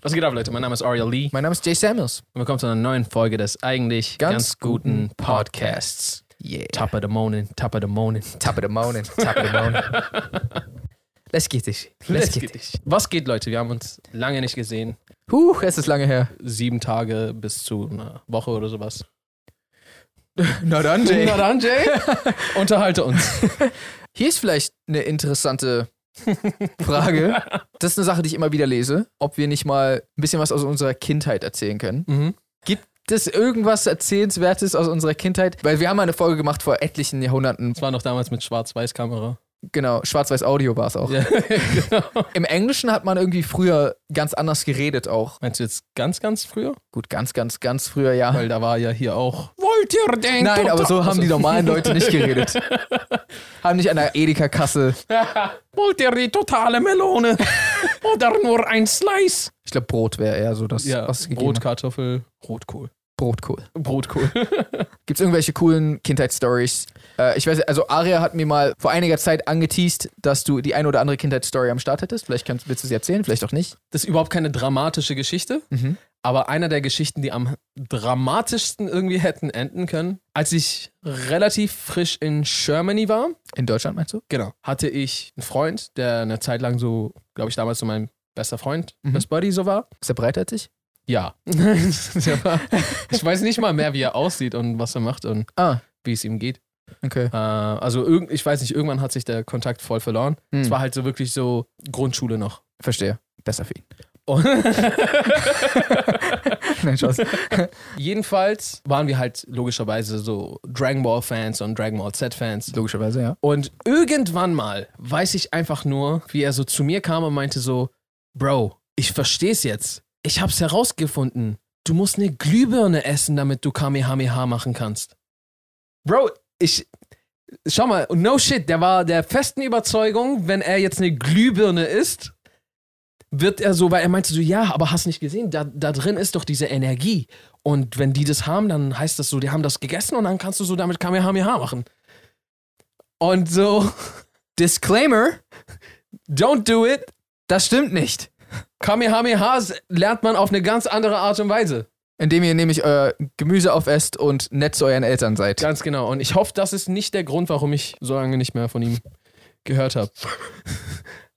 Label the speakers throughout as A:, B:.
A: Was geht ab, Leute? Mein Name ist Ariel Lee
B: Mein Name ist Jay Samuels.
A: und willkommen zu einer neuen Folge des eigentlich ganz,
B: Ganz
A: guten
B: guten
A: Podcasts.
B: Yeah.
A: Top of the Morning, Top of the Morning.
B: Top of the morning, top of the morning. Let's get it. Let's get it.
A: Was geht, Leute? Wir haben uns lange nicht gesehen.
B: Huch, es ist lange her.
A: Sieben Tage bis zu einer Woche oder sowas.
B: Na dann,
A: Na dann, Jay. Unterhalte uns.
B: Hier ist vielleicht eine interessante Frage. Das ist eine Sache, die ich immer wieder lese, ob wir nicht mal ein bisschen was aus unserer Kindheit erzählen können.
A: Mhm.
B: Gibt es irgendwas Erzählenswertes aus unserer Kindheit? Weil wir haben mal eine Folge gemacht vor etlichen Jahrhunderten.
A: Das war noch damals mit Schwarz-Weiß-Kamera.
B: Genau, Schwarz-Weiß-Audio war es auch.
A: Ja, genau.
B: Im Englischen hat man irgendwie früher ganz anders geredet auch.
A: Meinst du jetzt ganz, ganz früher?
B: Gut, ganz, ganz, ganz früher, ja.
A: Weil da war ja hier auch. Wollt ihr den? Tota-
B: Nein, aber so haben die normalen Leute nicht geredet. haben nicht an der Edeka-Kasse.
A: Also, Wollt ihr die totale Melone? Oder nur ein Slice?
B: Ich glaube, Brot wäre eher so das,
A: Ja,
B: was es gegeben
A: Brot,
B: hat.
A: Kartoffel, Rotkohl.
B: Brotkohl.
A: Brotkohl.
B: Gibt es irgendwelche coolen Kindheitsstories? Äh, ich weiß, also Aria hat mir mal vor einiger Zeit angeteased, dass du die ein oder andere Kindheitsstory am Start hättest. Vielleicht kannst, willst du sie erzählen, vielleicht auch nicht.
A: Das ist überhaupt keine dramatische Geschichte,
B: Mhm.
A: aber einer der Geschichten, die am dramatischsten irgendwie hätten enden können. Als ich relativ frisch in Germany war,
B: In Deutschland meinst du?
A: genau, hatte ich einen Freund, der eine Zeit lang so, glaube ich, damals so mein bester Freund,
B: Mhm.
A: Best Buddy so war.
B: Ist er breiter als ich?
A: Ja. Der war- ich weiß nicht mal mehr, wie er aussieht und was er macht und
B: Ah,
A: wie es ihm geht.
B: okay.
A: Äh, also irgend, ich weiß nicht, irgendwann hat sich der Kontakt voll verloren.
B: Hm,
A: Es war halt so wirklich so Grundschule noch.
B: verstehe. Besser für ihn.
A: Und
B: Nein, Spaß.
A: jedenfalls waren wir halt logischerweise so Dragon Ball Fans und Dragon Ball Z Fans.
B: Logischerweise, ja.
A: Und irgendwann mal weiß ich einfach nur, wie er so zu mir kam und meinte so, Bro, ich versteh's jetzt. Ich hab's herausgefunden. Du musst eine Glühbirne essen, damit du Kamehameha machen kannst. Bro, ich. Schau mal, no shit, der war der festen Überzeugung, wenn er jetzt eine Glühbirne isst, wird er so, weil er meinte so, ja, aber hast nicht gesehen, da, da drin ist doch diese Energie. Und wenn die das haben, dann heißt das so, die haben das gegessen und dann kannst du so damit Kamehameha machen. Und so,
B: Disclaimer,
A: don't do it.
B: das stimmt nicht.
A: Kamehamehas lernt man auf eine ganz andere Art und Weise.
B: Indem ihr nämlich euer Gemüse aufesst und nett zu euren Eltern seid.
A: Ganz genau. Und ich hoffe, das ist nicht der Grund, warum ich so lange nicht mehr von ihm gehört habe.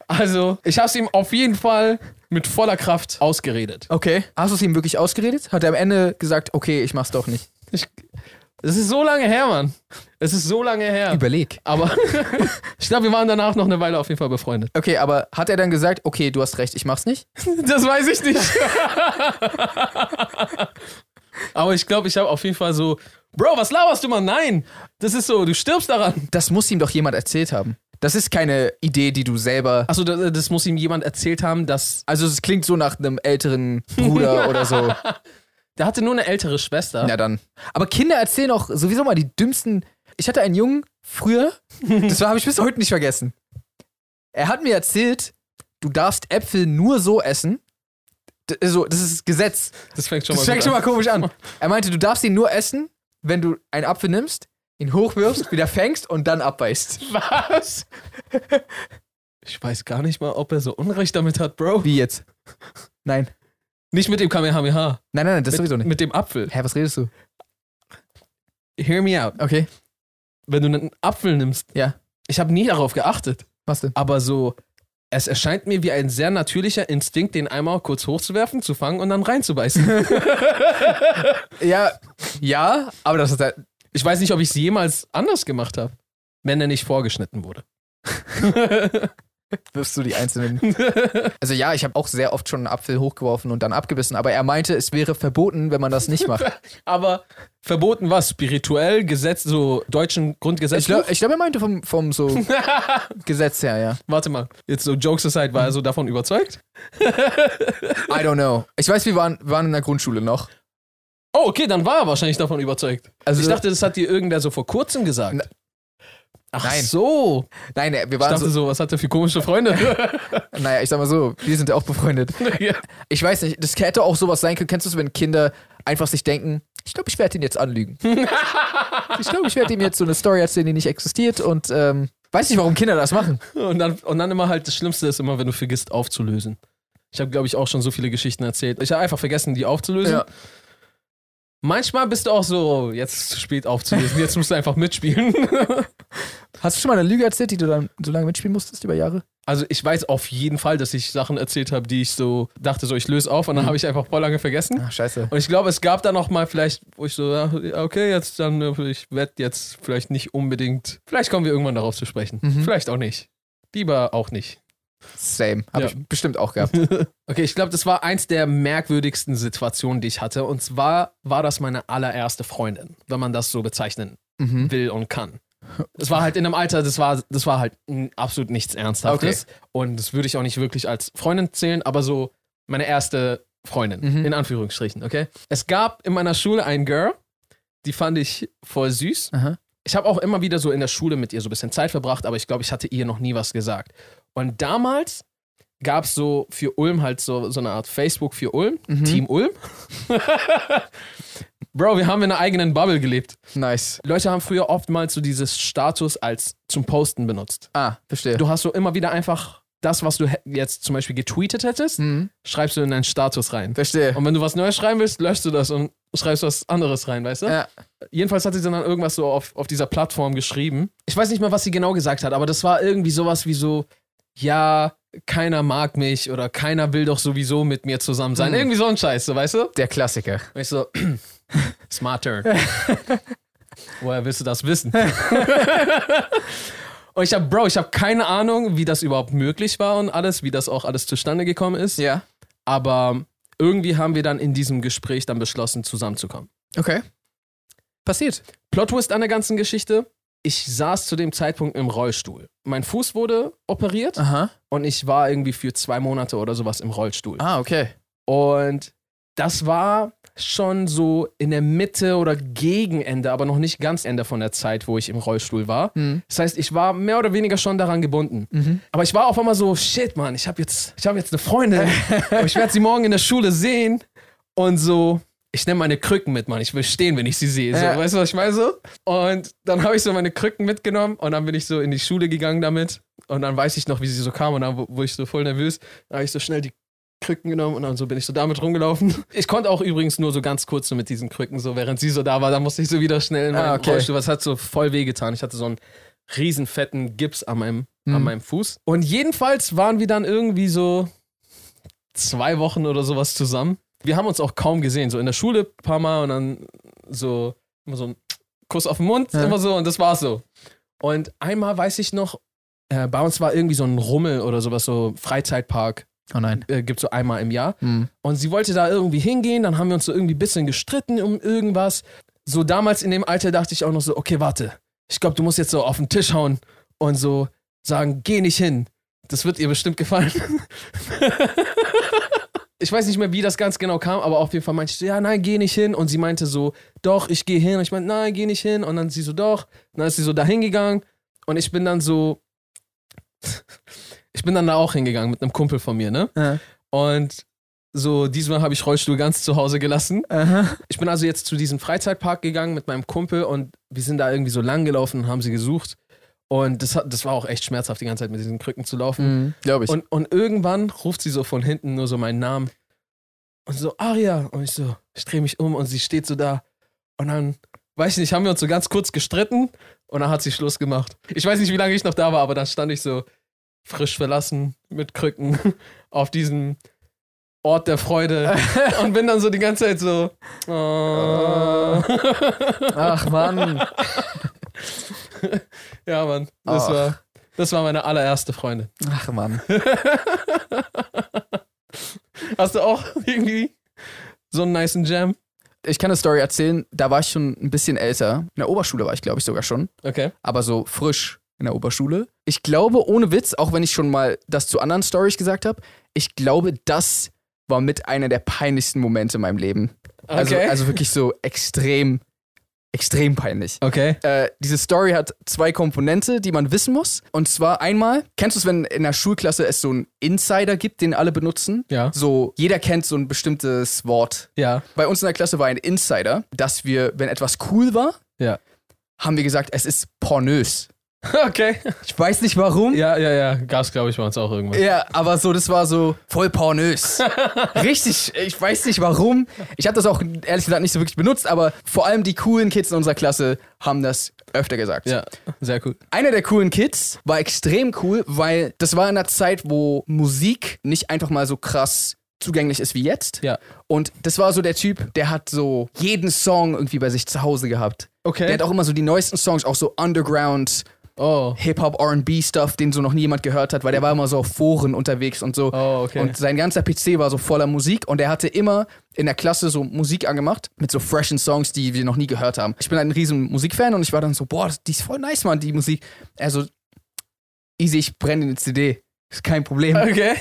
A: Also, ich habe es ihm auf jeden Fall mit voller Kraft ausgeredet.
B: Okay. Hast du es ihm wirklich ausgeredet? Hat er am Ende gesagt, okay, ich mach's doch nicht?
A: Es ist so lange her, Mann. Es ist so lange her.
B: Überleg.
A: Aber ich glaube, wir waren danach noch eine Weile auf jeden Fall befreundet.
B: Okay, aber hat er dann gesagt, okay, du hast recht, ich mach's nicht?
A: Das weiß ich nicht. Aber ich glaube, ich habe auf jeden Fall so, Bro, was laberst du, Mann? Nein. Das ist so, du stirbst daran.
B: Das muss ihm doch jemand erzählt haben. Das ist keine Idee, die du selber.
A: Achso, das, das muss ihm jemand erzählt haben, dass.
B: Also, es klingt so nach einem älteren Bruder oder so.
A: Der hatte nur eine ältere Schwester.
B: Na dann. Aber Kinder erzählen auch sowieso mal die dümmsten. Ich hatte einen Jungen früher, das habe ich bis heute nicht vergessen. Er hat mir erzählt, du darfst Äpfel nur so essen. D also, das ist Gesetz.
A: Das fängt schon
B: Das
A: mal
B: fängt
A: gut
B: schon
A: an.
B: mal komisch an. Er meinte, du darfst ihn nur essen, wenn du einen Apfel nimmst, ihn hochwirfst, wieder fängst und dann abbeißt.
A: Was? Ich weiß gar nicht mal, ob er so Unrecht damit hat, Bro.
B: Wie jetzt? Nein.
A: Nicht mit dem Kamehameha.
B: Nein, nein, nein, das
A: mit,
B: sowieso nicht.
A: Mit dem Apfel.
B: Hä, was redest du?
A: Hear me out.
B: Okay,
A: Wenn du einen Apfel nimmst.
B: Ja.
A: Ich habe nie darauf geachtet.
B: was denn?
A: Aber so, es erscheint mir wie ein sehr natürlicher Instinkt, den einmal kurz hochzuwerfen, zu fangen und dann reinzubeißen.
B: Ja, ja, aber das ist halt.
A: ich weiß nicht, ob ich es jemals anders gemacht habe, wenn er nicht vorgeschnitten wurde.
B: Wirfst du die einzelnen. Also ja, ich habe auch sehr oft schon einen Apfel hochgeworfen und dann abgebissen, aber er meinte, es wäre verboten, wenn man das nicht macht.
A: Aber verboten was? Spirituell, Gesetz, so deutschen Grundgesetz.
B: Ich glaube, ich glaub, er meinte vom, vom so Gesetz her, ja.
A: Warte mal, jetzt so Jokes aside, war er so davon überzeugt?
B: I don't know. Ich weiß, wir waren, wir waren in der Grundschule noch.
A: Oh, okay, dann war er wahrscheinlich davon überzeugt.
B: Also-
A: ich dachte, das hat dir irgendwer so vor kurzem gesagt.
B: Na-
A: Ach
B: Nein. Also
A: so.
B: Nein, wir
A: Ich
B: waren
A: dachte
B: so.
A: so, was hat er für komische Freunde?
B: Naja, ich sag mal so, wir sind ja auch befreundet.
A: Ja.
B: Ich weiß nicht, das hätte auch sowas sein können. Kennst du es, wenn Kinder einfach sich denken, ich glaube, ich werde ihn jetzt anlügen. ich glaube, ich werde ihm jetzt so eine Story erzählen, die nicht existiert und ähm, weiß nicht, warum Kinder das machen.
A: Und dann, und dann immer halt, das Schlimmste ist immer, wenn du vergisst aufzulösen. Ich habe, glaube ich, auch schon so viele Geschichten erzählt. Ich habe einfach vergessen, die aufzulösen.
B: Ja.
A: Manchmal bist du auch so, jetzt ist es zu spät aufzulösen, jetzt musst du einfach mitspielen.
B: Hast du schon mal eine Lüge erzählt, die du dann so lange mitspielen musstest über Jahre?
A: Also ich weiß auf jeden Fall, dass ich Sachen erzählt habe, die ich so dachte, so ich löse auf und
B: Mhm.
A: dann habe ich einfach voll lange vergessen.
B: Ach, scheiße.
A: Und ich glaube, es gab da noch mal vielleicht, wo ich so, ja, okay, jetzt dann, äh, ich werde jetzt vielleicht nicht unbedingt, vielleicht kommen wir irgendwann darauf zu sprechen.
B: Mhm.
A: Vielleicht auch nicht. Lieber auch nicht.
B: Same. Habe
A: Ja.
B: ich bestimmt auch gehabt.
A: Okay, ich glaube, das war eins der merkwürdigsten Situationen, die ich hatte. Und zwar war das meine allererste Freundin, wenn man das so bezeichnen
B: mhm.
A: will und kann. Es war halt in einem Alter, das war, das war halt mm, absolut nichts Ernsthaftes. Und das würde ich auch nicht wirklich als Freundin zählen, aber so meine erste Freundin,
B: Mhm.
A: in Anführungsstrichen, okay? Es gab in meiner Schule ein Girl, die fand ich voll süß
B: Aha.
A: ich habe auch immer wieder so in der Schule mit ihr so ein bisschen Zeit verbracht, aber ich glaube, ich hatte ihr noch nie was gesagt. Und damals gab es so für Ulm halt so, so eine Art Facebook für Ulm,
B: Mhm.
A: Team Ulm. Bro, wir haben in einer eigenen Bubble gelebt.
B: Nice.
A: Leute haben früher oftmals so dieses Status als zum Posten benutzt.
B: Ah, verstehe.
A: Du hast so immer wieder einfach das, was du hä- jetzt zum Beispiel getweetet hättest,
B: Mhm.
A: schreibst du in deinen Status rein.
B: Verstehe.
A: Und wenn du was Neues schreiben willst, löschst du das und schreibst was anderes rein, weißt du?
B: Ja.
A: Jedenfalls hat sie dann irgendwas so auf, auf dieser Plattform geschrieben. Ich weiß nicht mehr, was sie genau gesagt hat, aber das war irgendwie sowas wie so, ja, keiner mag mich oder keiner will doch sowieso mit mir zusammen sein.
B: Hm.
A: Irgendwie so ein Scheiß, so, weißt du?
B: Der Klassiker.
A: Und ich so, smarter. Woher willst du das wissen? und ich hab, Bro, ich habe keine Ahnung, wie das überhaupt möglich war und alles, wie das auch alles zustande gekommen ist.
B: Ja.
A: Aber irgendwie haben wir dann in diesem Gespräch dann beschlossen, zusammenzukommen.
B: Okay. Passiert.
A: Plot-Twist an der ganzen Geschichte. Ich saß zu dem Zeitpunkt im Rollstuhl. Mein Fuß wurde operiert
B: Aha.
A: und ich war irgendwie für zwei Monate oder sowas im Rollstuhl.
B: Ah, okay.
A: Und das war schon so in der Mitte oder Gegenende, aber noch nicht ganz Ende von der Zeit, wo ich im Rollstuhl war.
B: Mhm.
A: Das heißt, ich war mehr oder weniger schon daran gebunden.
B: Mhm.
A: Aber ich war auf einmal so, shit, Mann, ich habe jetzt, ich hab jetzt eine Freundin. aber ich werde sie morgen in der Schule sehen. Und so, ich nehme meine Krücken mit, Mann. Ich will stehen, wenn ich sie sehe. So,
B: Ja.
A: Weißt du, was ich meine? So? Und dann habe ich so meine Krücken mitgenommen und dann bin ich so in die Schule gegangen damit. Und dann weiß ich noch, wie sie so kam und dann wurde ich so voll nervös. Dann habe ich so schnell die Krücken genommen und dann so bin ich so damit rumgelaufen. Ich konnte auch übrigens nur so ganz kurz so mit diesen Krücken, so während sie so da war, dann musste ich so wieder schnell in meinen
B: Ah, okay.
A: Rollstuhl. Was hat so voll wehgetan. Ich hatte so einen riesen fetten Gips an meinem, an
B: Mhm.
A: meinem Fuß. Und jedenfalls waren wir dann irgendwie so zwei Wochen oder sowas zusammen. Wir haben uns auch kaum gesehen, so in der Schule ein paar Mal und dann so immer so ein Kuss auf den Mund,
B: Ja.
A: immer so und das war's so. Und einmal weiß ich noch, äh, bei uns war irgendwie so ein Rummel oder sowas, so Freizeitpark,
B: Oh nein.
A: äh, gibt so einmal im Jahr.
B: Mhm.
A: Und sie wollte da irgendwie hingehen, dann haben wir uns so irgendwie ein bisschen gestritten um irgendwas. So damals in dem Alter dachte ich auch noch so, okay, warte, ich glaube, du musst jetzt so auf den Tisch hauen und so sagen, geh nicht hin. Das wird ihr bestimmt gefallen. ich weiß nicht mehr, wie das ganz genau kam, aber auf jeden Fall meinte ich so, ja, nein, geh nicht hin. Und sie meinte so, doch, ich gehe hin. Und ich meinte, nein, geh nicht hin. Und dann sie so, doch. Und dann ist sie so da hingegangen. Und ich bin dann so, ich bin dann da auch hingegangen mit einem Kumpel von mir, ne?
B: Ja.
A: Und so, diesmal habe ich Rollstuhl ganz zu Hause gelassen.
B: Aha.
A: Ich bin also jetzt zu diesem Freizeitpark gegangen mit meinem Kumpel und wir sind da irgendwie so lang gelaufen und haben sie gesucht. Und das, hat, das war auch echt schmerzhaft, die ganze Zeit mit diesen Krücken zu laufen.
B: Mhm. Glaube ich.
A: Und, und irgendwann ruft sie so von hinten nur so meinen Namen. Und so, Aria. Und ich so, ich drehe mich um und sie steht so da. Und dann, weiß ich nicht, haben wir uns so ganz kurz gestritten und dann hat sie Schluss gemacht. Ich weiß nicht, wie lange ich noch da war, aber dann stand ich so frisch verlassen mit Krücken auf diesem Ort der Freude und bin dann so die ganze Zeit so.
B: äh. Ah.
A: Oh.
B: Ach, Mann.
A: ja, Mann. Das
B: Ach.
A: war, das war meine allererste Freundin.
B: Ach, Mann.
A: Hast du auch irgendwie so einen nicen Jam?
B: Ich kann eine Story erzählen. Da war ich schon ein bisschen älter. In der Oberschule war ich, glaube ich, sogar schon.
A: Okay.
B: aber so frisch in der Oberschule. Ich glaube, ohne Witz, auch wenn ich schon mal das zu anderen Stories gesagt habe, ich glaube, das war mit einer der peinlichsten Momente in meinem Leben. Also,
A: Okay.
B: also wirklich so extrem extrem peinlich.
A: Okay.
B: Äh, diese Story hat zwei Komponente, die man wissen muss. Und zwar einmal, kennst du es, wenn in der Schulklasse es so einen Insider gibt, den alle benutzen?
A: Ja.
B: So, jeder kennt so ein bestimmtes Wort.
A: Ja.
B: Bei uns in der Klasse war ein Insider, dass wir, wenn etwas cool war,
A: Ja.
B: haben wir gesagt, es ist pornös.
A: Okay.
B: Ich weiß nicht warum.
A: Ja, ja, ja. Gas, glaube ich, war uns auch irgendwann.
B: Ja, aber so, das war so voll pornös. Richtig, ich weiß nicht warum. Ich habe das auch ehrlich gesagt nicht so wirklich benutzt, aber vor allem die coolen Kids in unserer Klasse haben das öfter gesagt.
A: Ja, sehr cool.
B: Einer der coolen Kids war extrem cool, weil das war in einer Zeit, wo Musik nicht einfach mal so krass zugänglich ist wie jetzt.
A: Ja.
B: Und das war so der Typ, der hat so jeden Song irgendwie bei sich zu Hause gehabt.
A: Okay.
B: Der hat auch immer so die neuesten Songs, auch so Underground,
A: Oh.
B: Hip-Hop, RB-Stuff, den so noch nie jemand gehört hat, weil der war immer so auf Foren unterwegs und so.
A: Oh, okay.
B: Und sein ganzer PC war so voller Musik und er hatte immer in der Klasse so Musik angemacht mit so freshen Songs, die wir noch nie gehört haben. Ich bin halt ein riesen Musikfan und ich war dann so, boah, das- die ist voll nice, Mann, die Musik. Also, easy, ich brenne eine CD. Ist kein Problem.
A: Okay.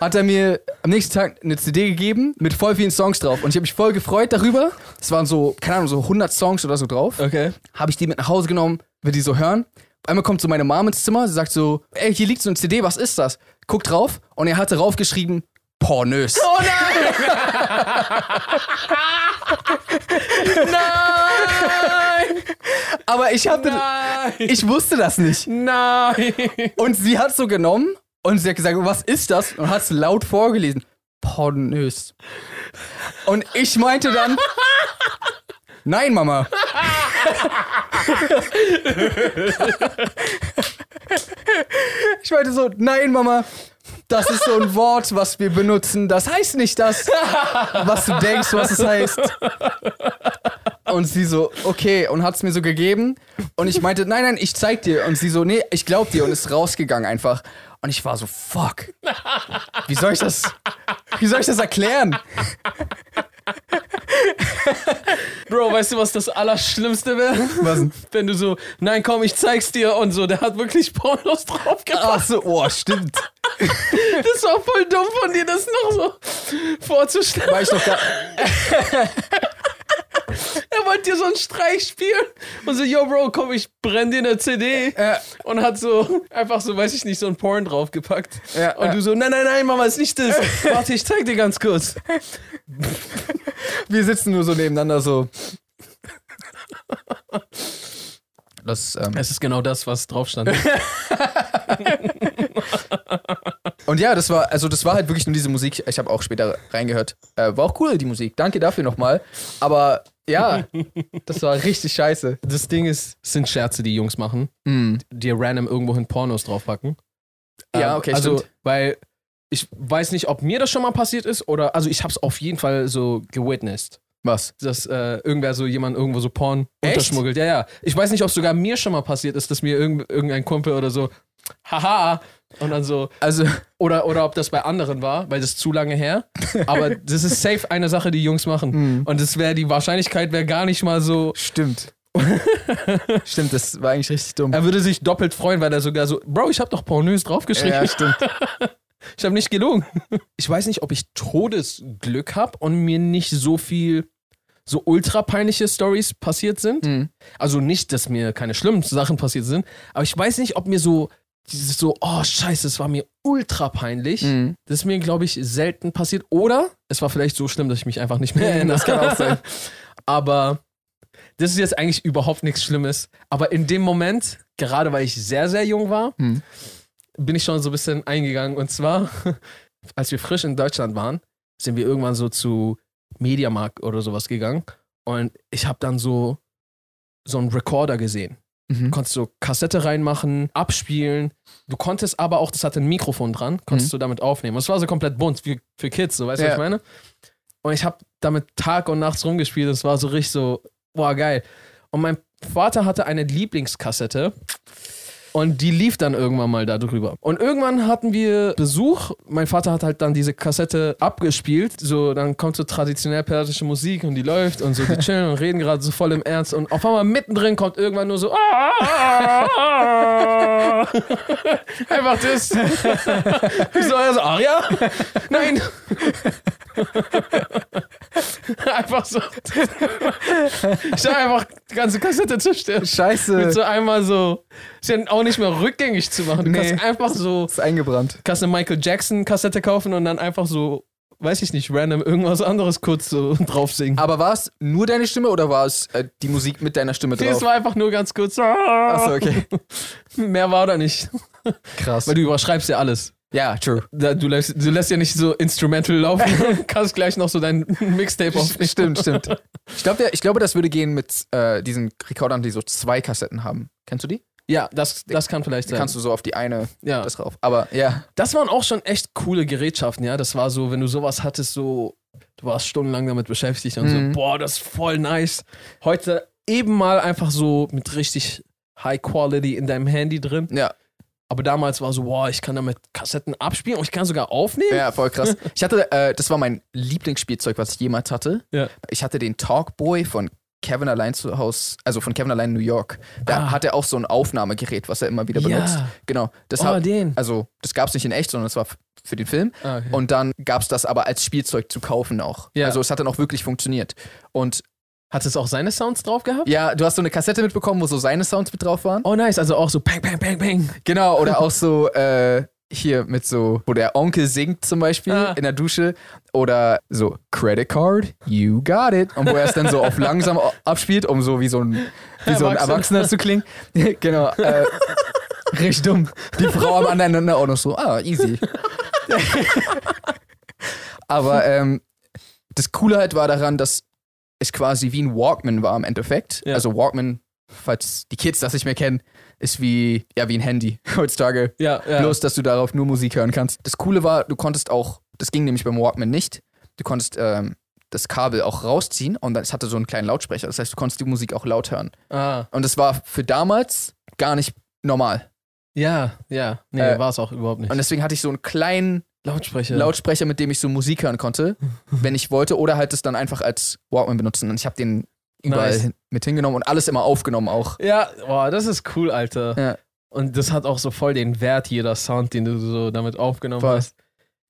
B: Hat er mir am nächsten Tag eine CD gegeben mit voll vielen Songs drauf und ich habe mich voll gefreut darüber. Es waren so, keine Ahnung, so 100 Songs oder so drauf
A: Okay.
B: habe ich die mit nach Hause genommen, will die so hören. Auf einmal kommt so meine Mom ins Zimmer, sie sagt so, ey, hier liegt so eine CD, was ist das? Guck drauf und er hatte raufgeschrieben, pornös.
A: Oh nein! nein!
B: Aber ich hatte,
A: Nein!
B: ich wusste das nicht.
A: Nein!
B: Und sie hat so genommen und sie hat gesagt, was ist das? Und hat es laut vorgelesen, pornös. Und ich meinte dann, nein, Mama. Ich meinte so, nein, Mama, das ist so ein Wort, was wir benutzen. Das heißt nicht das, was du denkst, was es heißt. Und sie so, okay, und hat's mir so gegeben. Und ich meinte, nein, nein, ich zeig dir. Und sie so, nee, ich glaub dir. Und ist rausgegangen einfach. Und ich war so, fuck. Wie soll ich das, wie soll ich das erklären?
A: Bro, weißt du, was das Allerschlimmste wäre?
B: Was denn?
A: Wenn du so, nein, komm, ich zeig's dir und so, der hat wirklich Pornos drauf gemacht.
B: Ach so, oh, stimmt.
A: Das war voll dumm von dir, das noch so vorzustellen.
B: War ich doch gar,
A: Er wollte dir so einen Streich spielen und so, yo, Bro, komm, ich brenn dir eine CD.
B: Ja.
A: Und hat so einfach so, weiß ich nicht, so ein Porn draufgepackt.
B: Ja,
A: und
B: ja.
A: du so, nein, nein, nein, Mama, ist nicht das. Warte, ich zeig dir ganz kurz.
B: wir sitzen nur so nebeneinander so. Das, ähm,
A: Es ist genau das, was drauf stand.
B: Und ja, das war, also das war halt wirklich nur diese Musik. Ich habe auch später reingehört. Äh, war auch cool, die Musik. Danke dafür nochmal. Aber ja, das war richtig scheiße.
A: Das Ding ist, es sind Scherze, die Jungs machen, dir random irgendwohin Pornos draufpacken.
B: Mhm. Ja,
A: Ähm,
B: okay,
A: Also,
B: stimmt.
A: weil ich weiß nicht, ob mir das schon mal passiert ist oder, also ich hab's auf jeden Fall so gewitnessed.
B: Was?
A: dass äh, irgendwer so jemand irgendwo so Porn
B: Echt?
A: unterschmuggelt. Ja, ja. Ich weiß nicht, ob es sogar mir schon mal passiert ist, dass mir irgend, irgendein Kumpel oder so, haha, und dann so,
B: Also,
A: oder, oder ob das bei anderen war, weil das ist zu lange her. Aber das ist safe eine Sache, die Jungs
B: Hm.
A: machen. Und das wäre, die Wahrscheinlichkeit wäre gar nicht mal so.
B: stimmt. stimmt, das war eigentlich richtig dumm.
A: Er würde sich doppelt freuen, weil er sogar so, Bro, ich habe doch pornös draufgeschrieben.
B: Ja, stimmt.
A: Ich habe nicht gelogen. Ich weiß nicht, ob ich Todesglück habe und mir nicht so viel so ultra peinliche Stories passiert sind.
B: Mhm.
A: Also nicht, dass mir keine schlimmen Sachen passiert sind, aber ich weiß nicht, ob mir so dieses so oh Scheiße, es war mir ultra peinlich.
B: Mhm.
A: Das ist mir glaube ich selten passiert oder es war vielleicht so schlimm, dass ich mich einfach nicht mehr erinnere.
B: Das kann auch sein.
A: Aber das ist jetzt eigentlich überhaupt nichts Schlimmes. Aber in dem Moment, gerade weil ich sehr, sehr jung war,
B: Hm.
A: bin ich schon so ein bisschen eingegangen. Und zwar, als wir frisch in Deutschland waren, sind wir irgendwann so zu Mediamarkt oder sowas gegangen. Und ich habe dann so, so einen Recorder gesehen. Du
B: Mhm.
A: konntest so Kassette reinmachen, abspielen. Du konntest aber auch, das hatte ein Mikrofon dran, konntest du damit aufnehmen. Und es war so komplett bunt für, für Kids, so weißt du, was
B: Ja.
A: ich meine? Und ich habe damit Tag und Nachts rumgespielt. Es war so richtig so, boah, geil. Und mein Vater hatte eine Lieblingskassette. Und die lief dann irgendwann mal da drüber. Und irgendwann hatten wir Besuch. Mein Vater hat halt dann diese Kassette abgespielt. So, dann kommt so traditionell persische Musik und die läuft und so, die chillen und reden gerade so voll im Ernst. Und auf einmal mittendrin kommt irgendwann nur so. Ah, Einfach das. Ich so, er so, ach ja? Nein. einfach so. ich habe einfach die ganze Kassette zerstört. Mit
B: Scheiße.
A: so einmal so. Ist ja auch nicht mehr rückgängig zu machen. Du
B: Nee.
A: kannst einfach so.
B: ist eingebrannt.
A: Kannst eine Michael Jackson-Kassette kaufen und dann einfach so, weiß ich nicht, random irgendwas anderes kurz so drauf singen.
B: Aber war es nur deine Stimme oder war es äh, die Musik mit deiner Stimme
A: Nee, es
B: drauf?
A: war einfach nur ganz kurz.
B: Achso, okay.
A: Mehr war da nicht.
B: Krass.
A: Weil du überschreibst ja alles.
B: Ja, true.
A: Da, du, lässt, du lässt ja nicht so Instrumental laufen. kannst gleich noch so dein Mixtape auf.
B: Stimmt, stimmt. Ich, glaub, der, ich glaube, das würde gehen mit äh, diesen Rekordern, die so zwei Kassetten haben. Kennst du die?
A: Ja, das, das kann vielleicht
B: Die
A: sein.
B: kannst du so auf die eine
A: ja.
B: das rauf. Aber ja.
A: Das waren auch schon echt coole Gerätschaften, ja. Das war so, wenn du sowas hattest, so, du warst stundenlang damit beschäftigt und
B: Mhm.
A: so, boah, das ist voll nice. Heute eben mal einfach so mit richtig High Quality in deinem Handy drin.
B: Ja,
A: Aber damals war so, boah, ich kann damit Kassetten abspielen und ich kann sogar aufnehmen.
B: ja, voll krass. Ich hatte, äh, das war mein Lieblingsspielzeug, was ich jemals hatte.
A: Ja.
B: Ich hatte den Talkboy von Kevin allein zu Hause, also von Kevin allein in New York. Da
A: Ah.
B: hat er auch so ein Aufnahmegerät, was er immer wieder
A: Ja.
B: benutzt. Genau. Das
A: Oh,
B: hab,
A: den.
B: also, das gab es nicht in echt, sondern das war f- für den Film.
A: Ah, okay.
B: Und dann gab es das aber als Spielzeug zu kaufen auch.
A: Ja.
B: Also es hat dann auch wirklich funktioniert. Und
A: Hat es auch seine Sounds drauf gehabt?
B: ja, du hast so eine Kassette mitbekommen, wo so seine Sounds mit drauf waren.
A: Oh, nice. Also auch so bang, bang, bang, bang.
B: Genau, oder auch so äh, hier mit so, wo der Onkel singt zum Beispiel
A: Ah.
B: in der Dusche. Oder so, Credit Card, you got it. Und wo er es dann so auf langsam au- abspielt, um so wie so ein, wie so ein
A: Erwachsener.
B: Erwachsener zu klingen. genau. Äh, richtig dumm. Die Frau am anderen Ende auch noch so, ah, easy. Aber ähm, das Coole halt war daran, dass es quasi wie ein Walkman war im Endeffekt.
A: Ja.
B: Also Walkman, falls die Kids das nicht mehr kennen, ist wie, ja, wie ein Handy heutzutage.
A: Ja, ja.
B: Bloß, dass du darauf nur Musik hören kannst. Das Coole war, du konntest auch, das ging nämlich beim Walkman nicht, du konntest ähm, das Kabel auch rausziehen und es hatte so einen kleinen Lautsprecher. Das heißt, du konntest die Musik auch laut hören.
A: Ah,
B: Und das war für damals gar nicht normal.
A: ja, ja. Nee,
B: Äh,
A: war es auch überhaupt nicht.
B: Und deswegen hatte ich so einen kleinen
A: Lautsprecher.
B: Lautsprecher, mit dem ich so Musik hören konnte, wenn ich wollte, oder halt es dann einfach als Walkman benutzen. Und ich habe den überall
A: Nice.
B: hin, mit hingenommen und alles immer aufgenommen auch.
A: Ja, boah, das ist cool, Alter.
B: Ja.
A: Und das hat auch so voll den Wert, jeder Sound, den du so damit aufgenommen
B: Voll.
A: hast.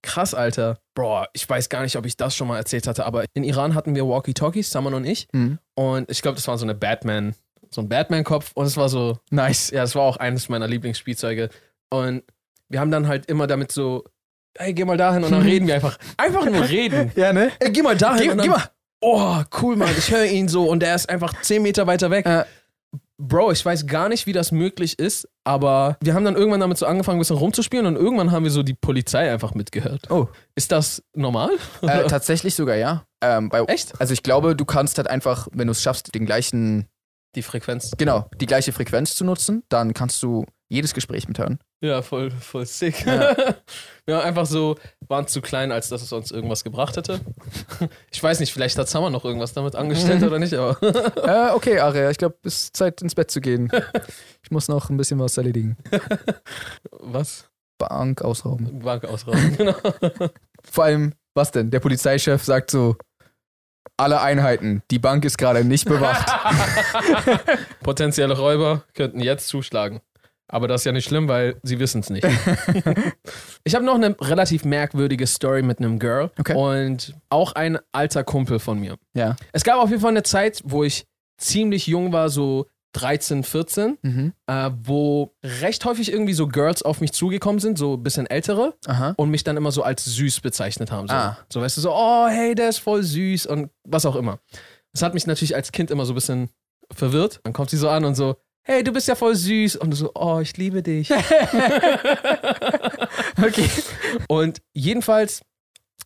A: Krass, Alter. Bro, ich weiß gar nicht, ob ich das schon mal erzählt hatte, aber in Iran hatten wir Walkie-Talkies, Saman und ich.
B: Mhm.
A: Und ich glaube, das war so eine Batman, so ein Batman-Kopf. Und es war so,
B: Nice.
A: ja, das war auch eines meiner Lieblingsspielzeuge. Und wir haben dann halt immer damit so, hey, geh mal dahin und dann reden wir einfach. Einfach nur reden.
B: Ja, ne?
A: Ey, Äh, geh mal dahin.
B: Geh,
A: und dann,
B: geh mal.
A: Oh, cool, Mann. Ich höre ihn so und der ist einfach 10 Meter weiter weg.
B: Ja.
A: Bro, ich weiß gar nicht, wie das möglich ist, aber wir haben dann irgendwann damit so angefangen, ein bisschen rumzuspielen und irgendwann haben wir so die Polizei einfach mitgehört.
B: Oh.
A: Ist das normal?
B: Äh, tatsächlich sogar, ja. Ähm, bei,
A: Echt?
B: Also ich glaube, du kannst halt einfach, wenn du es schaffst, den gleichen,
A: Die Frequenz.
B: genau, die gleiche Frequenz zu nutzen, dann kannst du jedes Gespräch mithören.
A: Ja, voll, voll sick.
B: Ja.
A: wir haben einfach so, waren zu klein, als dass es uns irgendwas gebracht hätte. Ich weiß nicht, vielleicht hat Summer noch irgendwas damit angestellt oder nicht, aber
B: äh, okay, Aria, ich glaube, es ist Zeit, ins Bett zu gehen. Ich muss noch ein bisschen was erledigen.
A: was?
B: Bank ausrauben.
A: Bank ausrauben, genau.
B: Vor allem, was denn? Der Polizeichef sagt so, alle Einheiten, die Bank ist gerade nicht bewacht.
A: Potenzielle Räuber könnten jetzt zuschlagen. Aber das ist ja nicht schlimm, weil sie wissen es nicht. ich habe noch eine relativ merkwürdige Story mit einem Girl
B: Okay.
A: und auch ein alter Kumpel von mir.
B: ja.
A: Es gab auf jeden Fall eine Zeit, wo ich ziemlich jung war, so 13, 14,
B: Mhm.
A: äh, wo recht häufig irgendwie so Girls auf mich zugekommen sind, so ein bisschen ältere
B: Aha.
A: und mich dann immer so als süß bezeichnet haben. So,
B: Ah.
A: so weißt du, so, oh, hey, der ist voll süß und was auch immer. Das hat mich natürlich als Kind immer so ein bisschen verwirrt. Dann kommt sie so an und so, hey, du bist ja voll süß. Und du so, oh, ich liebe dich.
B: Okay.
A: und jedenfalls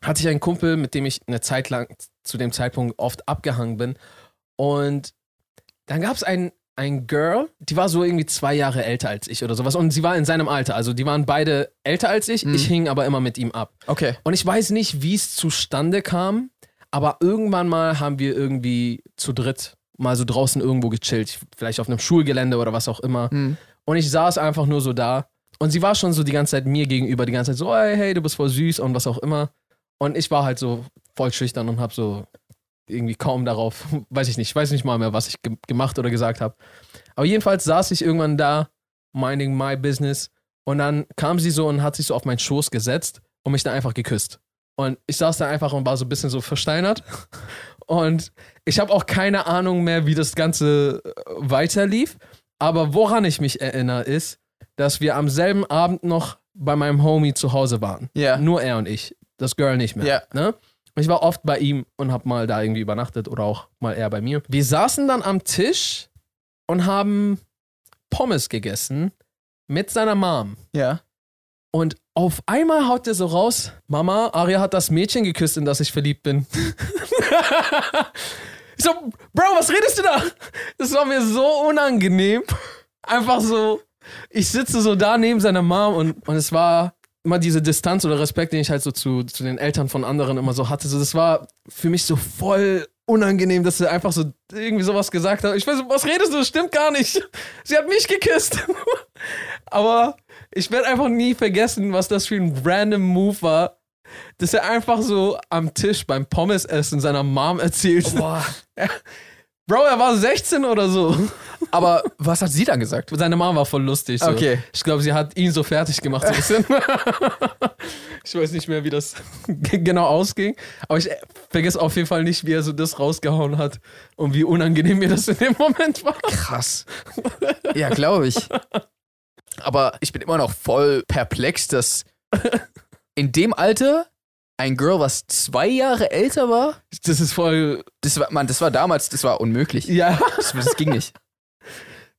A: hatte ich einen Kumpel, mit dem ich eine Zeit lang zu dem Zeitpunkt oft abgehangen bin. Und dann gab es ein, ein Girl, die war so irgendwie zwei Jahre älter als ich oder sowas. Und sie war in seinem Alter. Also die waren beide älter als ich.
B: Mhm.
A: Ich hing aber immer mit ihm ab.
B: Okay.
A: Und ich weiß nicht, wie es zustande kam, aber irgendwann mal haben wir irgendwie zu dritt mal so draußen irgendwo gechillt. Vielleicht auf einem Schulgelände oder was auch immer.
B: Mhm.
A: Und ich saß einfach nur so da. Und sie war schon so die ganze Zeit mir gegenüber, die ganze Zeit so, hey, hey, du bist voll süß und was auch immer. Und ich war halt so voll schüchtern und hab so irgendwie kaum darauf, weiß ich nicht, ich weiß nicht mal mehr, was ich ge gemacht oder gesagt habe. Aber jedenfalls saß ich irgendwann da, minding my business. Und dann kam sie so und hat sich so auf meinen Schoß gesetzt und mich dann einfach geküsst. Und ich saß da einfach und war so ein bisschen so versteinert. Und ich habe auch keine Ahnung mehr, wie das Ganze äh, weiterlief. Aber woran ich mich erinnere, ist, dass wir am selben Abend noch bei meinem Homie zu Hause waren.
B: Ja.
A: Nur er und ich. Das Girl nicht mehr.
B: Ja.
A: Ne? Ich war oft bei ihm und habe mal da irgendwie übernachtet oder auch mal er bei mir. Wir saßen dann am Tisch und haben Pommes gegessen mit seiner Mom.
B: Ja.
A: Und auf einmal haut er so raus: Mama, Aria hat das Mädchen geküsst, in das ich verliebt bin. ich so, Bro, was redest du da? Das war mir so unangenehm. Einfach so, ich sitze so da neben seiner Mom und, und es war immer diese Distanz oder Respekt, den ich halt so zu, zu den Eltern von anderen immer so hatte. So, das war für mich so voll unangenehm, dass er einfach so irgendwie sowas gesagt hat. Ich weiß, was redest du? Das stimmt gar nicht. Sie hat mich geküsst. Aber ich werde einfach nie vergessen, was das für ein random Move war, dass er einfach so am Tisch beim Pommesessen seiner Mom erzählt.
B: Boah.
A: Bro, er war 16 oder so.
B: Aber was hat sie dann gesagt?
A: Seine Mom war voll lustig. So.
B: Okay.
A: Ich glaube, sie hat ihn so fertig gemacht. So ein bisschen. ich weiß nicht mehr, wie das g- genau ausging. Aber ich äh, vergesse auf jeden Fall nicht, wie er so das rausgehauen hat und wie unangenehm mir das in dem Moment war.
B: Krass. Ja, glaube ich. Aber ich bin immer noch voll perplex, dass in dem Alter ein Girl, was zwei Jahre älter war,
A: Das ist voll.
B: das war, man, das war damals, das war unmöglich.
A: Ja.
B: Das, das ging nicht.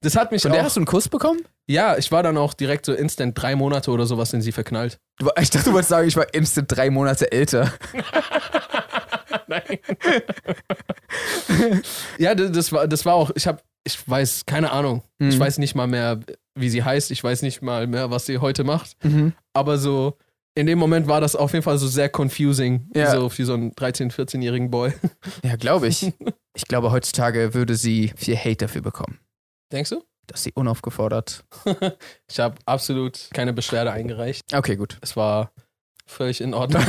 A: Das hat mich
B: Von der
A: auch.
B: hast du einen Kuss bekommen?
A: Ja, ich war dann auch direkt so instant drei Monate oder sowas in sie verknallt.
B: Du war- Ich dachte, du wolltest sagen, ich war instant drei Monate älter.
A: Nein. ja, das, das war, das war auch, ich habe, ich weiß, keine Ahnung. Ich
B: Mhm.
A: weiß nicht mal mehr, wie sie heißt. Ich weiß nicht mal mehr, was sie heute macht.
B: Mhm.
A: Aber so, in dem Moment war das auf jeden Fall so sehr confusing.
B: Ja.
A: So für so einen 13-, 14-jährigen Boy.
B: Ja, glaube ich. Ich glaube, heutzutage würde sie viel Hate dafür bekommen,
A: Denkst du?
B: dass sie unaufgefordert.
A: Ich habe absolut keine Beschwerde eingereicht.
B: Okay, gut.
A: Es war völlig in Ordnung.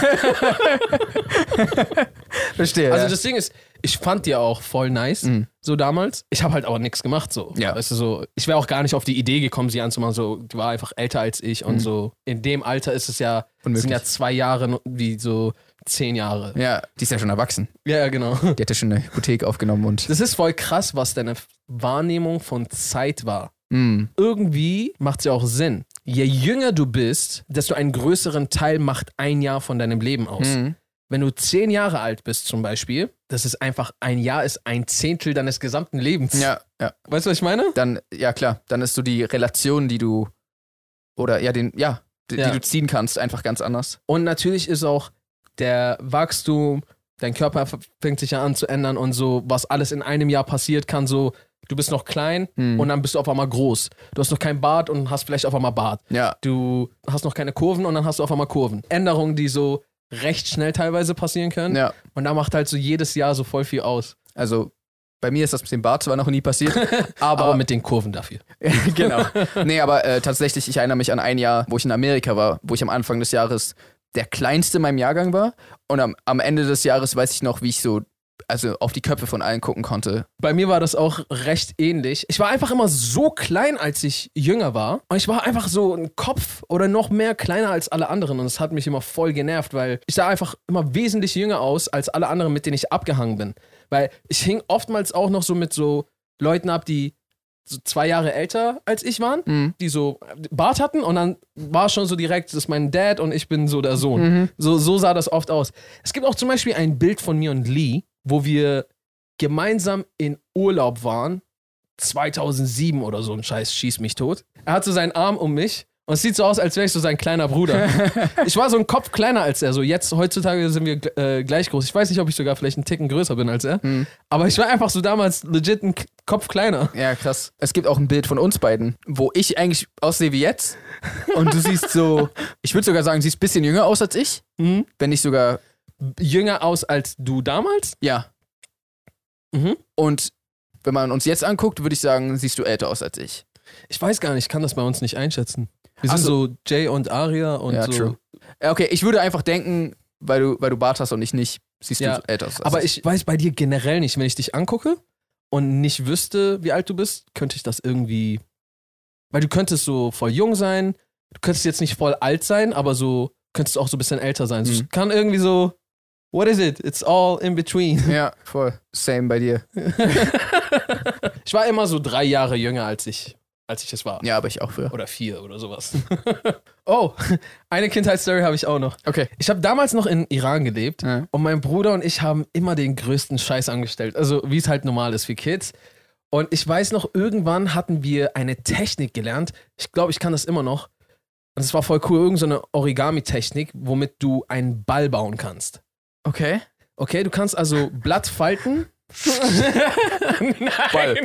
B: Verstehe.
A: Also
B: ja.
A: das Ding ist, ich fand die auch voll nice,
B: Mhm.
A: so damals. Ich habe halt auch nichts gemacht, so.
B: Ja.
A: Weißt du, so, ich wäre auch gar nicht auf die Idee gekommen, sie anzumachen, so, die war einfach älter als ich und
B: Mhm.
A: so. In dem Alter ist es ja,
B: Unmöglich.
A: sind ja zwei Jahre no- wie so zehn Jahre.
B: ja, die ist ja schon erwachsen.
A: Ja, ja, genau.
B: Die hat ja schon eine Hypothek aufgenommen und.
A: Das ist voll krass, was deine Wahrnehmung von Zeit war.
B: Mhm.
A: irgendwie macht es ja auch Sinn. Je jünger du bist, desto einen größeren Teil macht ein Jahr von deinem Leben aus.
B: Mhm.
A: Wenn du zehn Jahre alt bist zum Beispiel, das ist einfach ein Jahr ist ein Zehntel deines gesamten Lebens.
B: Ja, ja.
A: Weißt du, was ich meine?
B: Dann, ja klar, dann ist so die Relation, die du oder ja, den, ja, die,
A: Ja.
B: die du ziehen kannst, einfach ganz anders.
A: Und natürlich ist auch der Wachstum, dein Körper f- fängt sich ja an zu ändern und so, was alles in einem Jahr passiert kann, so, du bist noch klein
B: Mhm.
A: und dann bist du auf einmal groß. Du hast noch keinen Bart und hast vielleicht auf einmal Bart.
B: Ja.
A: du hast noch keine Kurven und dann hast du auf einmal Kurven. Änderungen, die so recht schnell teilweise passieren können.
B: Ja.
A: Und da macht halt so jedes Jahr so voll viel aus.
B: Also bei mir ist das mit dem Bart zwar noch nie passiert,
A: Aber,
B: aber
A: mit den Kurven dafür.
B: genau. Nee, aber äh, tatsächlich, ich erinnere mich an ein Jahr, wo ich in Amerika war, wo ich am Anfang des Jahres der kleinste in meinem Jahrgang war. Und am, am Ende des Jahres weiß ich noch, wie ich so, also auf die Köpfe von allen gucken konnte.
A: Bei mir war das auch recht ähnlich. Ich war einfach immer so klein, als ich jünger war. Und ich war einfach so ein Kopf oder noch mehr kleiner als alle anderen. Und das hat mich immer voll genervt, weil ich sah einfach immer wesentlich jünger aus als alle anderen, mit denen ich abgehangen bin. Weil ich hing oftmals auch noch so mit so Leuten ab, die so zwei Jahre älter als ich waren. die so Bart hatten und dann war schon so direkt, das ist mein Dad und ich bin so der Sohn. So, so sah das oft aus. Es gibt auch zum Beispiel ein Bild von mir und Lee, wo wir gemeinsam in Urlaub waren, 2007 oder so ein Scheiß, schieß mich tot. Er hat so seinen Arm um mich und es sieht so aus, als wäre ich so sein kleiner Bruder. ich war so ein Kopf kleiner als er. So jetzt, heutzutage sind wir gl- äh, gleich groß. Ich weiß nicht, ob ich sogar vielleicht einen Ticken größer bin als er,
B: Mhm.
A: aber ich war einfach so damals legit ein K- Kopf kleiner.
B: Ja, krass. Es gibt auch ein Bild von uns beiden, wo ich eigentlich aussehe wie jetzt. Und du siehst so, ich würde sogar sagen, siehst ein bisschen jünger aus als ich.
A: Mhm.
B: Wenn nicht sogar,
A: Jünger aus als du damals.
B: ja.
A: Mhm.
B: Und wenn man uns jetzt anguckt, würde ich sagen, siehst du älter aus als ich.
A: Ich weiß gar nicht, ich kann das bei uns nicht einschätzen. Wir
B: Ach
A: sind so Jay und Aria und
B: Ja,
A: so.
B: true. Ja, Okay, ich würde einfach denken, weil du, weil du Bart hast und ich nicht, siehst
A: Ja,
B: du älter aus. als
A: Aber ich weiß bei dir generell nicht, wenn ich dich angucke und nicht wüsste, wie alt du bist, könnte ich das irgendwie. Weil du könntest so voll jung sein, du könntest jetzt nicht voll alt sein, aber so könntest du auch so ein bisschen älter sein. Es
B: Mhm.
A: kann irgendwie so, what is it? It's all in between.
B: Ja, voll. Same bei dir.
A: Ich war immer so drei Jahre jünger, als ich, als ich es war.
B: Ja, aber ich auch früher.
A: Oder vier oder sowas. oh, eine Kindheitsstory habe ich auch noch.
B: Okay.
A: Ich habe damals noch in Iran gelebt
B: Ja.
A: und mein Bruder und ich haben immer den größten Scheiß angestellt. Also, wie es halt normal ist für Kids. Und ich weiß noch, irgendwann hatten wir eine Technik gelernt. Ich glaube, ich kann das immer noch. Und es war voll cool, irgendeine so eine Origami-Technik, womit du einen Ball bauen kannst.
B: Okay.
A: Okay, du kannst also Blatt falten.
B: Ball.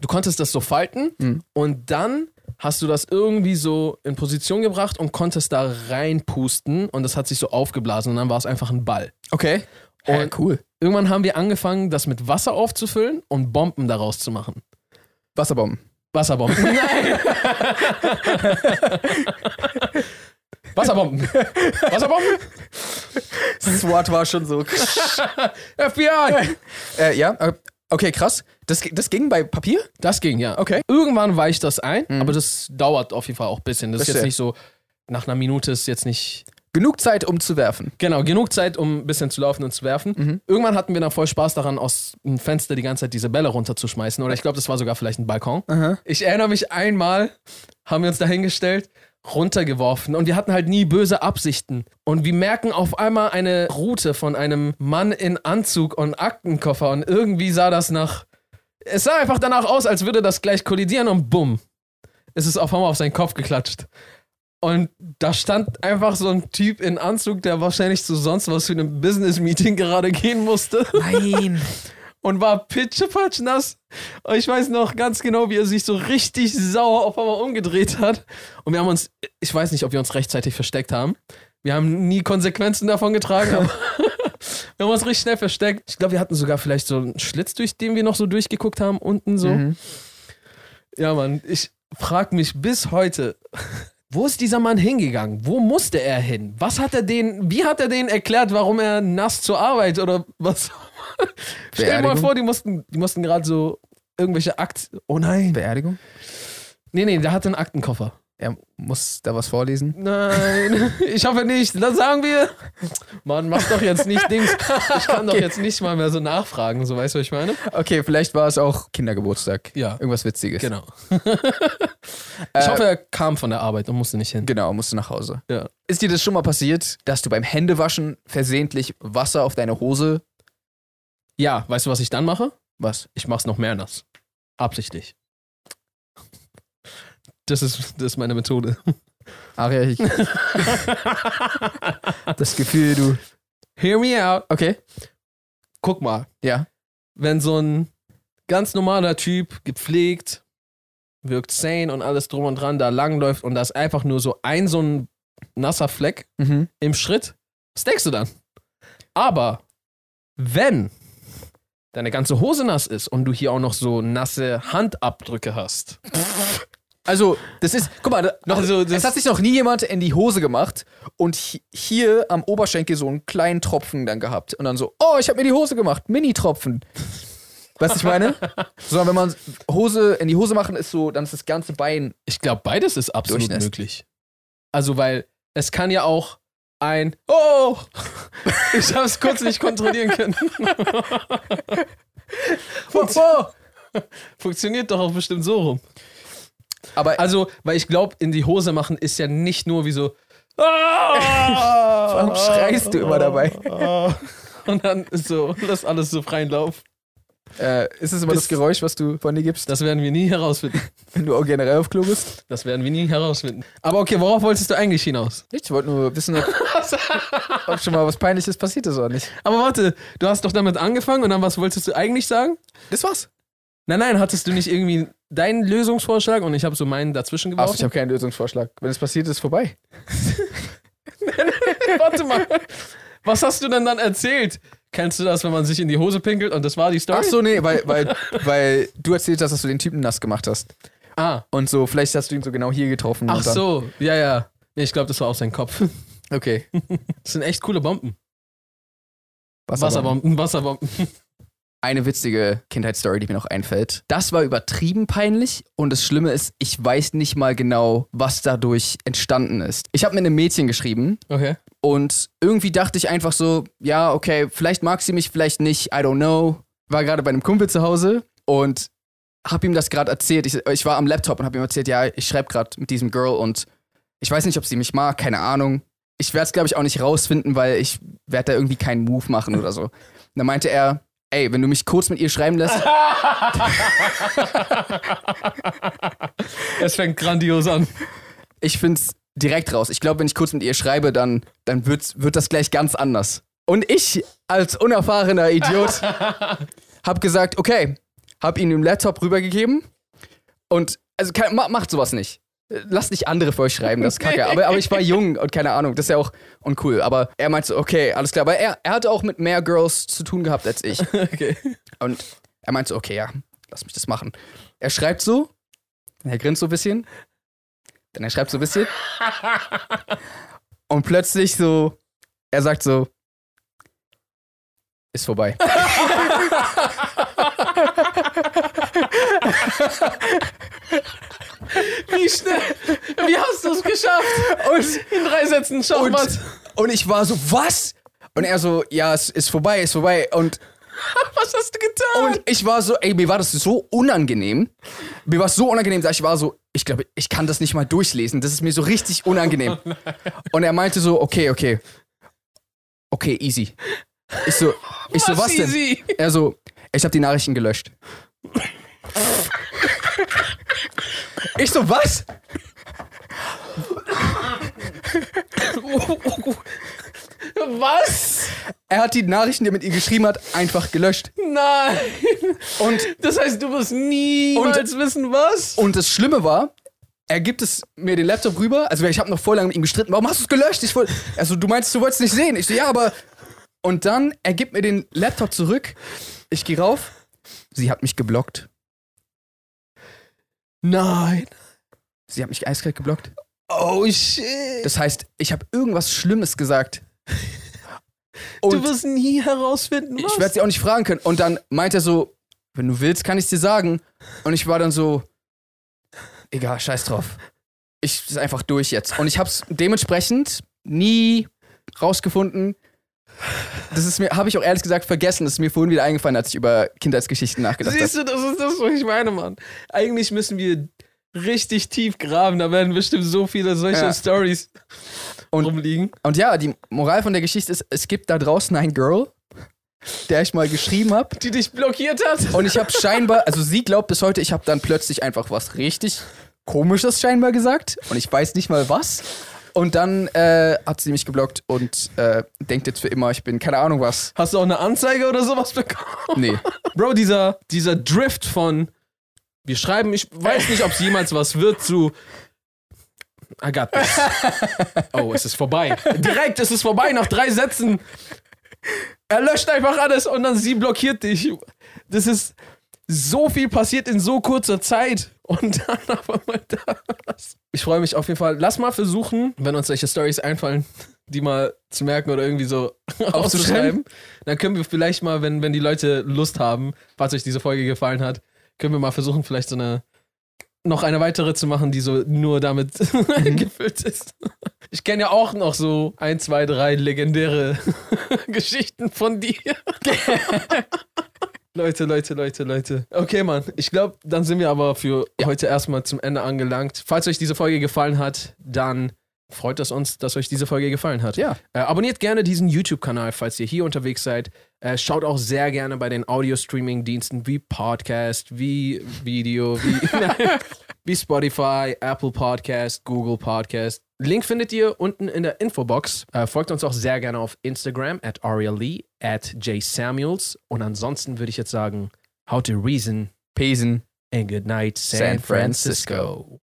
A: Du konntest das so falten
B: Mhm.
A: und dann hast du das irgendwie so in Position gebracht und konntest da reinpusten und das hat sich so aufgeblasen und dann war es einfach ein Ball.
B: Okay. Hä,
A: Und-
B: cool.
A: Irgendwann haben wir angefangen, das mit Wasser aufzufüllen und Bomben daraus zu machen.
B: Wasserbomben.
A: Wasserbomben. Nein! Wasserbomben. Wasserbomben?
B: SWAT war schon so.
A: FBI!
B: äh, ja, äh, okay, krass. Das, ge- das ging bei Papier?
A: Das ging, ja.
B: Okay.
A: Irgendwann weicht das ein,
B: Mhm.
A: aber das dauert auf jeden Fall auch ein bisschen. Das ist jetzt
B: Verstehe.
A: nicht so, nach einer Minute ist jetzt nicht.
B: Genug Zeit, um zu werfen.
A: Genau, genug Zeit, um ein bisschen zu laufen und zu werfen.
B: Mhm.
A: Irgendwann hatten wir dann voll Spaß daran, aus dem Fenster die ganze Zeit diese Bälle runterzuschmeißen. Oder ich glaube, das war sogar vielleicht ein Balkon.
B: Aha.
A: Ich erinnere mich einmal, haben wir uns dahingestellt, runtergeworfen und wir hatten halt nie böse Absichten. Und wir merken auf einmal eine Route von einem Mann in Anzug und Aktenkoffer und irgendwie sah das nach. Es sah einfach danach aus, als würde das gleich kollidieren und bumm. Es ist auf einmal auf seinen Kopf geklatscht. Und da stand einfach so ein Typ in Anzug, der wahrscheinlich zu sonst was für einem Business-Meeting gerade gehen musste
B: Nein.
A: und war pitschepatsch nass. Und ich weiß noch ganz genau, wie er sich so richtig sauer auf einmal umgedreht hat. Und wir haben uns, ich weiß nicht, ob wir uns rechtzeitig versteckt haben. Wir haben nie Konsequenzen davon getragen, aber wir haben uns richtig schnell versteckt. Ich glaube, wir hatten sogar vielleicht so einen Schlitz, durch den wir noch so durchgeguckt haben, unten so.
B: Mhm.
A: Ja, Mann, ich frag mich bis heute, wo ist dieser Mann hingegangen? Wo musste er hin? Was hat er denen, wie hat er denen erklärt, warum er nass zur Arbeit oder was? Stell dir mal
B: Beerdigung?
A: vor, die mussten, die mussten gerade so irgendwelche Akten. Oh nein.
B: Beerdigung?
A: Nee, nee, der hatte einen Aktenkoffer.
B: Er muss da was vorlesen.
A: Nein, ich hoffe nicht. Dann sagen wir, Mann, mach doch jetzt nicht Dings. Ich kann doch
B: Okay.
A: jetzt nicht mal mehr so nachfragen, so weißt du, was ich meine?
B: Okay, vielleicht war es auch Kindergeburtstag.
A: Ja,
B: Irgendwas Witziges.
A: genau.
B: Äh,
A: Ich hoffe, er kam von der Arbeit und musste nicht hin.
B: Genau, musst du nach Hause.
A: Ja.
B: Ist dir das schon mal passiert, dass du beim Händewaschen versehentlich Wasser auf deine Hose.
A: Ja, weißt du, was ich dann mache?
B: Was?
A: ich mach's noch mehr nass. Absichtlich. Das ist, das ist meine Methode.
B: Aria, ich. das Gefühl, du.
A: Hear me out.
B: Okay.
A: Guck mal,
B: Ja.
A: wenn so ein ganz normaler Typ, gepflegt, wirkt sane und alles drum und dran, da langläuft und da ist einfach nur so ein so ein nasser Fleck
B: Mhm.
A: im Schritt, was denkst du dann? Aber wenn deine ganze Hose nass ist und du hier auch noch so nasse Handabdrücke hast,
B: Also, das ist, guck mal, da- noch,
A: Also, das-
B: es hat sich noch nie jemand in die Hose gemacht und hi- hier am Oberschenkel so einen kleinen Tropfen dann gehabt und dann so, oh, ich habe mir die Hose gemacht, Mini-Tropfen. Weißt du, ich meine? Sondern wenn man Hose in die Hose machen, ist so, dann ist das ganze Bein.
A: Ich glaube, beides ist absolut
B: Durchnässt.
A: möglich. Also, weil es kann ja auch ein Oh! Ich habe es kurz nicht kontrollieren können.
B: Und,
A: Funktioniert doch auch bestimmt so rum.
B: aber
A: Also, weil ich glaube, in die Hose machen ist ja nicht nur wie so Warum
B: Warum schreist du immer dabei?
A: Und dann ist so, lass alles so freien Lauf.
B: äh, ist es immer das
A: Bis-
B: Geräusch, was du von dir gibst,
A: Das werden wir nie herausfinden.
B: wenn du auch generell auf Klo bist?
A: Das werden wir nie herausfinden. Aber okay, worauf wolltest du eigentlich hinaus?
B: Ich wollte nur wissen, ob, ob schon mal was Peinliches passiert ist oder nicht.
A: Aber warte, du hast doch damit angefangen und dann was wolltest du eigentlich sagen?
B: Das war's.
A: Nein, nein, hattest du nicht irgendwie deinen Lösungsvorschlag und ich habe so meinen dazwischen
B: Achso, ich
A: geworfen?
B: habe keinen Lösungsvorschlag. Wenn es passiert ist, vorbei.
A: Warte mal. Was hast du denn dann erzählt? Kennst du das, wenn man sich in die Hose pinkelt und das war die Story?
B: Ach so, nee, weil, weil, weil du erzählt hast, dass du den Typen nass gemacht hast.
A: Ah,
B: Und so, vielleicht hast du ihn so genau hier getroffen.
A: ach
B: und dann,
A: so. Ja, ja. Nee, ich glaube, das war auch sein Kopf.
B: Okay.
A: Das sind echt coole Bomben.
B: Wasserbomben.
A: Wasserbomben, Wasserbomben.
B: Eine witzige Kindheitsstory, die mir noch einfällt. Das war übertrieben peinlich und das Schlimme ist, ich weiß nicht mal genau, was dadurch entstanden ist. Ich habe mit einem Mädchen geschrieben
A: Okay.
B: und irgendwie dachte ich einfach so, ja, okay, vielleicht mag sie mich, vielleicht nicht, I don't know. War gerade bei einem Kumpel zu Hause und hab ihm das gerade erzählt. Ich, ich war am Laptop und hab ihm erzählt, ja, ich schreibe gerade mit diesem Girl und ich weiß nicht, ob sie mich mag, keine Ahnung. Ich werde es, glaube ich, auch nicht rausfinden, weil ich werde da irgendwie keinen Move machen oder so. Und dann meinte er, ey, wenn du mich kurz mit ihr schreiben lässt,
A: Es fängt grandios an.
B: ich find's direkt raus. Ich glaube, wenn ich kurz mit ihr schreibe, dann, dann wird's, wird das gleich ganz anders. Und ich als unerfahrener Idiot hab gesagt, okay, hab ihn im Laptop rübergegeben und also kein, ma- macht sowas nicht. Lasst nicht andere für euch schreiben, das ist kacke. Aber, aber ich war jung und keine Ahnung, das ist ja auch uncool. Aber er meinte, so, okay, alles klar. Aber er, er hatte auch mit mehr Girls zu tun gehabt als ich.
A: Okay.
B: Und er meint so, okay, ja, lass mich das machen. Er schreibt so, dann er grinst so ein bisschen, dann er schreibt so ein bisschen. und plötzlich so, er sagt so, ist vorbei.
A: Wie schnell? Wie hast du es geschafft?
B: Und,
A: In drei Sätzen Schachmatt.
B: und, und ich war so, was? Und er so, ja, es ist vorbei, ist vorbei. Und
A: Was hast du getan?
B: Und ich war so, ey, mir war das so unangenehm. Mir war es so unangenehm, dass ich war so, ich glaube, ich kann das nicht mal durchlesen. Das ist mir so
A: Oh
B: richtig unangenehm. Und er meinte so, okay, okay. Okay, easy. Ich so, ich so,
A: Was
B: was denn?
A: easy?
B: Er so, ich habe die Nachrichten gelöscht. Ich so, was?
A: Was?
B: Er hat die Nachrichten, die er mit ihr geschrieben hat, einfach gelöscht.
A: Nein.
B: Und
A: Das heißt, du wirst niemals wissen, was?
B: Und das Schlimme war, er gibt es mir den Laptop rüber. Also ich habe noch voll lange mit ihm gestritten. Warum hast du es gelöscht? Ich wollte, also du meinst, du wolltest nicht sehen. Ich so, ja, aber. Und dann, er gibt mir den Laptop zurück. Ich gehe rauf. Sie hat mich geblockt.
A: Nein.
B: Sie hat mich eiskalt geblockt.
A: Oh shit.
B: Das heißt, ich habe irgendwas Schlimmes gesagt.
A: Du
B: Und
A: wirst nie herausfinden, was.
B: ich werde sie auch nicht fragen können. Und dann meint er so, wenn du willst, kann ich dir sagen. Und ich war dann so, egal, scheiß drauf. Ich ist einfach durch jetzt. Und ich hab's dementsprechend nie rausgefunden. Das ist mir, habe ich auch ehrlich gesagt vergessen. Das ist mir vorhin wieder eingefallen, als ich über Kindheitsgeschichten nachgedacht habe.
A: Siehst du, das ist das, was ich meine, Mann. Eigentlich müssen wir richtig tief graben. Da werden bestimmt so viele solche
B: Ja.
A: Stories
B: Und-
A: rumliegen.
B: Und ja, die Moral von der Geschichte ist, es gibt da draußen ein Girl, der ich mal geschrieben habe.
A: Die dich blockiert hat.
B: Und ich habe scheinbar, also sie glaubt bis heute, ich habe dann plötzlich einfach was richtig Komisches scheinbar gesagt und ich weiß nicht mal was. Und dann äh, hat sie mich geblockt und äh, denkt jetzt für immer, ich bin keine Ahnung was.
A: Hast du auch eine Anzeige oder sowas bekommen?
B: Nee.
A: Bro, dieser, dieser Drift von wir schreiben, ich weiß nicht, ob es jemals was wird, zu I got this. Oh, es ist vorbei. Direkt ist es vorbei nach drei Sätzen. Er löscht einfach alles und dann sie blockiert dich. Das ist so viel passiert in so kurzer Zeit. Und dann aber mal das. Ich freue mich auf jeden Fall. Lass mal versuchen, wenn uns solche Stories einfallen, die mal zu merken oder irgendwie so aufzuschreiben. Dann können wir vielleicht mal, wenn, wenn die Leute Lust haben, falls euch diese Folge gefallen hat, können wir mal versuchen, vielleicht so eine noch eine weitere zu machen, die so nur damit gefüllt ist. Ich kenne ja auch noch so ein, zwei, drei legendäre Geschichten von dir. Leute, Leute, Leute, Leute. Okay, Mann. Ich glaube, dann sind wir aber für heute erstmal zum Ende angelangt. Falls euch diese Folge gefallen hat, dann freut es uns, dass euch diese Folge gefallen hat.
B: Ja.
A: Äh, abonniert gerne diesen YouTube-Kanal, falls ihr hier unterwegs seid. Äh, schaut auch sehr gerne bei den Audio-Streaming-Diensten wie Podcast, wie Video, wie, Nein. wie Spotify, Apple Podcast, Google Podcast. Link findet ihr unten in der Infobox. Äh, folgt uns auch sehr gerne auf Instagram at Lee, at jsamuels. Und ansonsten würde ich jetzt sagen, how to reason
B: Pesen.
A: and good night San,
B: San
A: Francisco.